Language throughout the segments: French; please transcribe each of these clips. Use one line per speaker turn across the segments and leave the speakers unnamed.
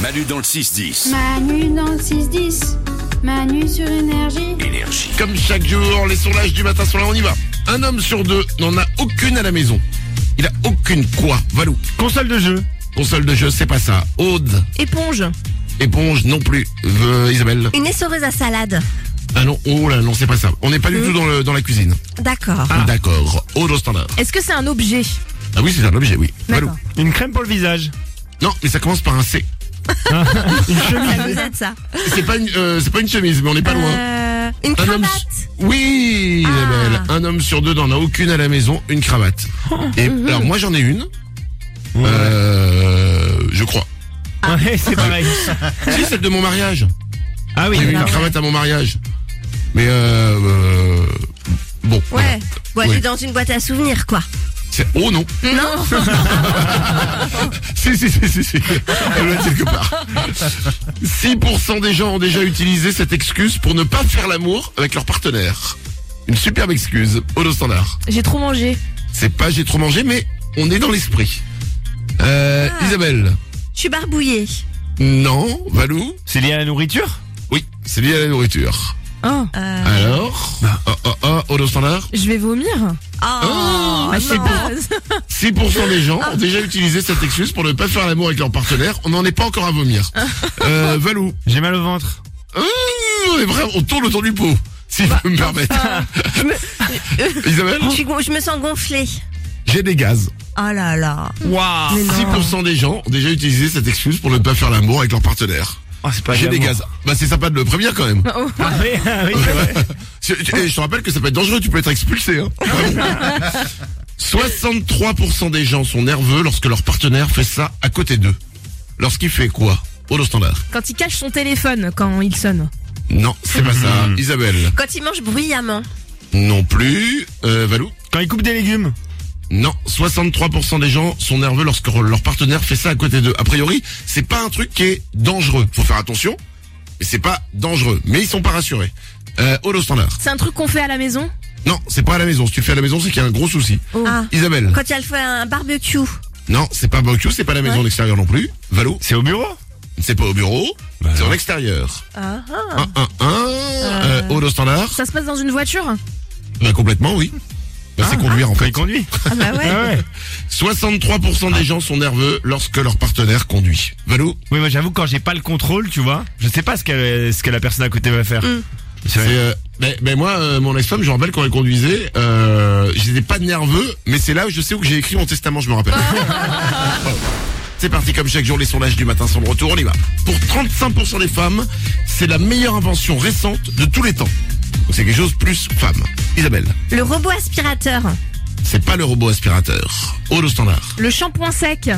Manu dans le 6-10.
Manu dans le 6-10, Manu sur énergie.
Énergie.
Comme chaque jour, les sondages du matin sont là, on y va. Un homme sur deux n'en a aucune à la maison. Il a aucune quoi, Valou
Console de jeu.
Console de jeu, c'est pas ça. Aude,
Éponge.
éponge non plus. Euh, Isabelle
Une essoreuse à salade.
Ah non, oh là, non, c'est pas ça. On n'est pas
Mmh.
du tout dans, le, dans la cuisine.
D'accord.
D'accord. Aude au standard.
Est-ce que c'est un objet
Ah oui, c'est un objet, oui. Valou.
D'accord.
Une crème pour le visage.
Non, mais ça commence par un C.
Une chemise.
Ça vous aide ça.
C'est pas, une, euh, c'est pas une chemise, mais on n'est pas loin.
Euh, une
Un homme.
cravate. Ah.
s- Oui, Isabelle. Un homme sur deux n'en a aucune à la maison, une cravate.
Oh.
Et
Mmh.
alors moi j'en ai une. Euh, je crois. Ah.
Ouais, c'est pareil.
si celle de mon mariage.
Ah oui,
J'ai eu une
d'accord.
cravate à mon mariage. Mais euh, euh, bon.
Ouais. Ouais,
Oui.
c'est dans une boîte à souvenirs, quoi.
C'est- Oh non.
Non.
si si si si. si. Elle doit être quelque part. 6% des gens ont déjà utilisé cette excuse pour ne pas faire l'amour avec leur partenaire. Une superbe excuse. Au standard.
J'ai trop mangé.
C'est pas j'ai trop mangé, mais on est dans l'esprit. Euh,
Ah.
Isabelle.
Je suis barbouillée.
Non. Valou.
C'est lié à la nourriture
Oui, c'est lié à la nourriture.
Oh,
Euh,
Alors Oh, oh, oh, Odo Standard
je vais vomir.
oh,
Ah, je sais
non.
pas.
6% des gens ont déjà utilisé cette excuse pour ne pas faire l'amour avec leur partenaire. On n'en est pas encore à vomir. Euh, Valou.
J'ai mal au ventre.
Euh, on est vraiment- on tourne autour du pot, si je peux me permettre. Isabelle
Je, suis gon- je me sens gonflée.
J'ai des gaz.
Oh là là.
Waouh.
6% des gens ont déjà utilisé cette excuse pour ne pas faire l'amour avec leur partenaire.
Oh, c'est pas
J'ai des
glamour.
gaz. Bah c'est sympa de le prévenir quand même.
Ah oui, ah oui, c'est vrai.
Je, je- et je te rappelle que ça peut être dangereux, tu peux être expulsé. Hein. Vraiment. 63% des gens sont nerveux lorsque leur partenaire fait ça à côté d'eux. Lorsqu'il fait quoi Au standard.
Quand il cache son téléphone quand il sonne.
Non, c'est pas ça.
Hmm.
Isabelle.
Quand il mange bruyamment.
Non plus. Euh, Valou
Quand il coupe des légumes.
Non, 63% des gens sont nerveux lorsque leur partenaire fait ça à côté d'eux. A priori, c'est pas un truc qui est dangereux. Faut faire attention, mais c'est pas dangereux. Mais ils sont pas rassurés. Euh, au standard.
C'est un truc qu'on fait à la maison
Non, c'est pas à la maison. Si tu le fais à la maison, c'est qu'il y a un gros souci.
Ah.
Isabelle.
Quand il y a le feu à un barbecue.
Non, c'est pas barbecue, c'est pas à la maison d'extérieur non plus. Valo,
C'est au bureau
c'est pas au bureau,
Bah
c'est en
non.
extérieur.
Ah, ah.
1 1 1 euh, au standard.
Ça se passe dans une voiture
Bah, complètement oui. Bah, c'est conduire en
Quand
fait.
il conduit.
Ah bah ouais.
Ah ouais.
63% des gens sont nerveux lorsque leur partenaire conduit. Valo,
Oui, moi j'avoue, quand j'ai pas le contrôle, tu vois, je sais pas ce, qu'elle- ce que la personne à côté va faire.
Mm.
C'est
C'est,
vrai.
euh, mais, mais moi, euh, mon ex-femme, je me rappelle quand elle conduisait, euh, j'étais pas nerveux, mais c'est là où je sais où que j'ai écrit mon testament, je me rappelle. Voilà. c'est parti comme chaque jour, les sondages du matin sont de retour, on y va. Pour 35% des femmes, c'est la meilleure invention récente de tous les temps. Donc c'est quelque chose plus femme. Isabelle,
Le robot aspirateur.
c'est pas le robot aspirateur. Au standard.
Le shampoing sec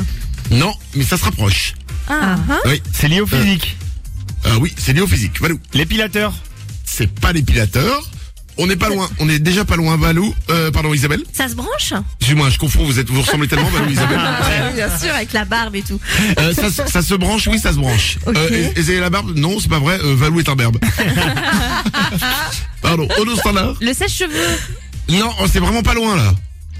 Non, mais ça se rapproche.
Ah, hein
Oui,
C'est lié au physique.
euh, oui, c'est lié au physique. Valou,
L'épilateur.
c'est pas l'épilateur. On n'est pas loin, on est déjà pas loin, Valou. Euh, pardon, Isabelle.
Ça se branche
Excuse-moi, je confonds, vous êtes, vous ressemblez tellement, Valou, Isabelle.
Ouais, Bien sûr, avec la barbe et tout.
Euh, ça, se- ça se branche, oui, ça se branche.
Ok.
Euh, et- essayez la barbe Non, c'est pas vrai. euh, Valou est un berbe. Pardon. Odo standard
Le sèche-cheveux
Non, oh, c'est vraiment pas loin là.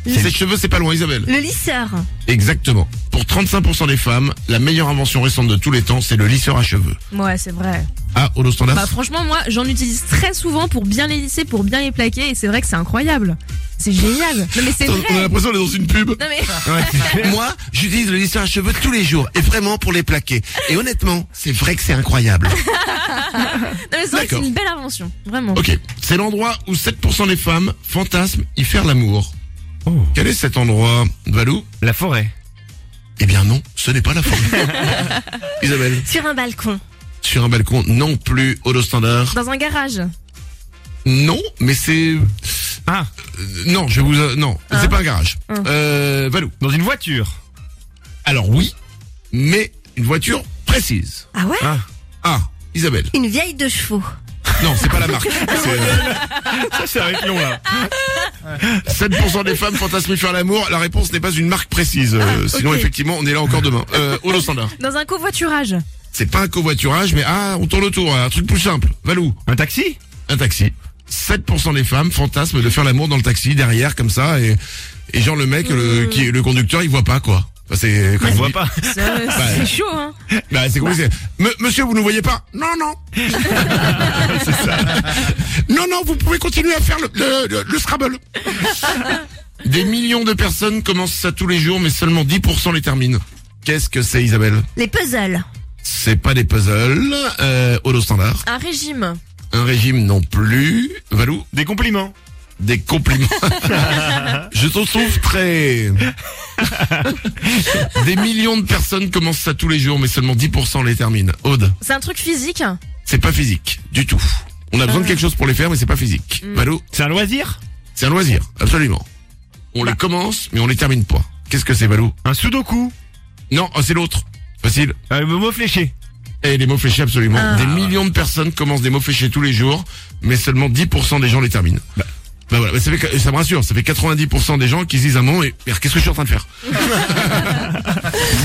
Ses cheveux, c'est pas loin, Isabelle.
Le lisseur.
Exactement. Pour 35% des femmes, la meilleure invention récente de tous les temps, c'est le lisseur à cheveux.
Ouais, c'est vrai.
Ah, Odo standard
Bah franchement, moi, j'en utilise très souvent pour bien les lisser, pour bien les plaquer, et c'est vrai que c'est incroyable. C'est génial. Non mais c'est
On a
vrai.
l'impression d'être dans une pub.
Non mais
Moi, j'utilise le lisseur à cheveux tous les jours, et vraiment pour les plaquer. Et honnêtement, c'est vrai que c'est incroyable.
Non, mais c'est vrai que
D'accord.
c'est une belle invention, vraiment.
Ok, c'est l'endroit où 7% des femmes fantasment y faire l'amour.
Oh.
Quel est cet endroit, Valou
La forêt.
Eh bien non, ce n'est pas la forêt. Isabelle,
Sur un balcon.
sur un balcon non plus, holo standard.
Dans un garage.
Non, mais c'est...
Ah,
euh, non, je vous... euh, non, c'est pas un garage. Euh, Valou.
dans une voiture.
Alors oui, mais une voiture précise.
Ah ouais
Ah.
Ah, Isabelle.
Une vieille de chevaux. Ah
Non, c'est pas la marque. C'est, euh,
Ça, ça va être long là.
7% des femmes fantasment y faire l'amour. La réponse n'est pas une marque précise. euh, Sinon,
Ah, ok.
effectivement, on est là encore demain. Euh, holo standard.
Dans un covoiturage.
C'est pas un covoiturage, mais ah, on tourne autour, un truc plus simple. Valou,
Un taxi
un taxi. 7% des femmes
Mm.
fantasment de faire l'amour dans le taxi, derrière, comme ça, et, et genre le mec, le, qui, le conducteur, il voit pas, quoi. Enfin,
Bah,
c'est
On
comme-
voit pas.
C'est euh, c'est chaud, hein.
Bah, c'est comment c'est Me- Monsieur, vous ne voyez pas Non, non. Non, non, vous pouvez continuer à faire le, le- le- le Scrabble. Des millions de personnes commencent ça tous les jours, mais seulement 10% les terminent. Qu'est-ce que c'est, Isabelle
Les puzzles.
C'est pas des puzzles, euh, holo standard.
Un régime.
Un régime non plus. Valou,
Des compliments.
des compliments. Je t'en trouve très... Des millions de personnes commencent ça tous les jours, mais seulement 10% les terminent. Aude
C'est un truc physique.
C'est pas physique, du tout. On a besoin de quelque chose pour les faire, mais c'est pas physique. Malo,
C'est un loisir
c'est un loisir, absolument. On les commence, mais on les termine pas. Qu'est-ce que c'est, Malo
Un sudoku
Non, oh, c'est l'autre. Facile.
Un mot fléché
Et les mots fléchés, absolument. Des millions de personnes commencent des mots fléchés tous les jours, mais seulement 10% des gens les terminent. Bah, voilà, mais ça, fait que- ça me rassure, ça fait 90% des gens qui se disent un mot et merde, qu'est-ce que je suis en train de faire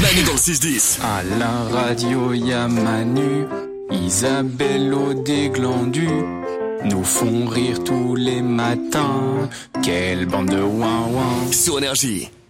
Manu dans le 6-10.
À la radio, y'a Manu, Isabelle au déglandu, nous font rire tous les matins. Quelle bande de ouin-ouin.
Sur Énergie.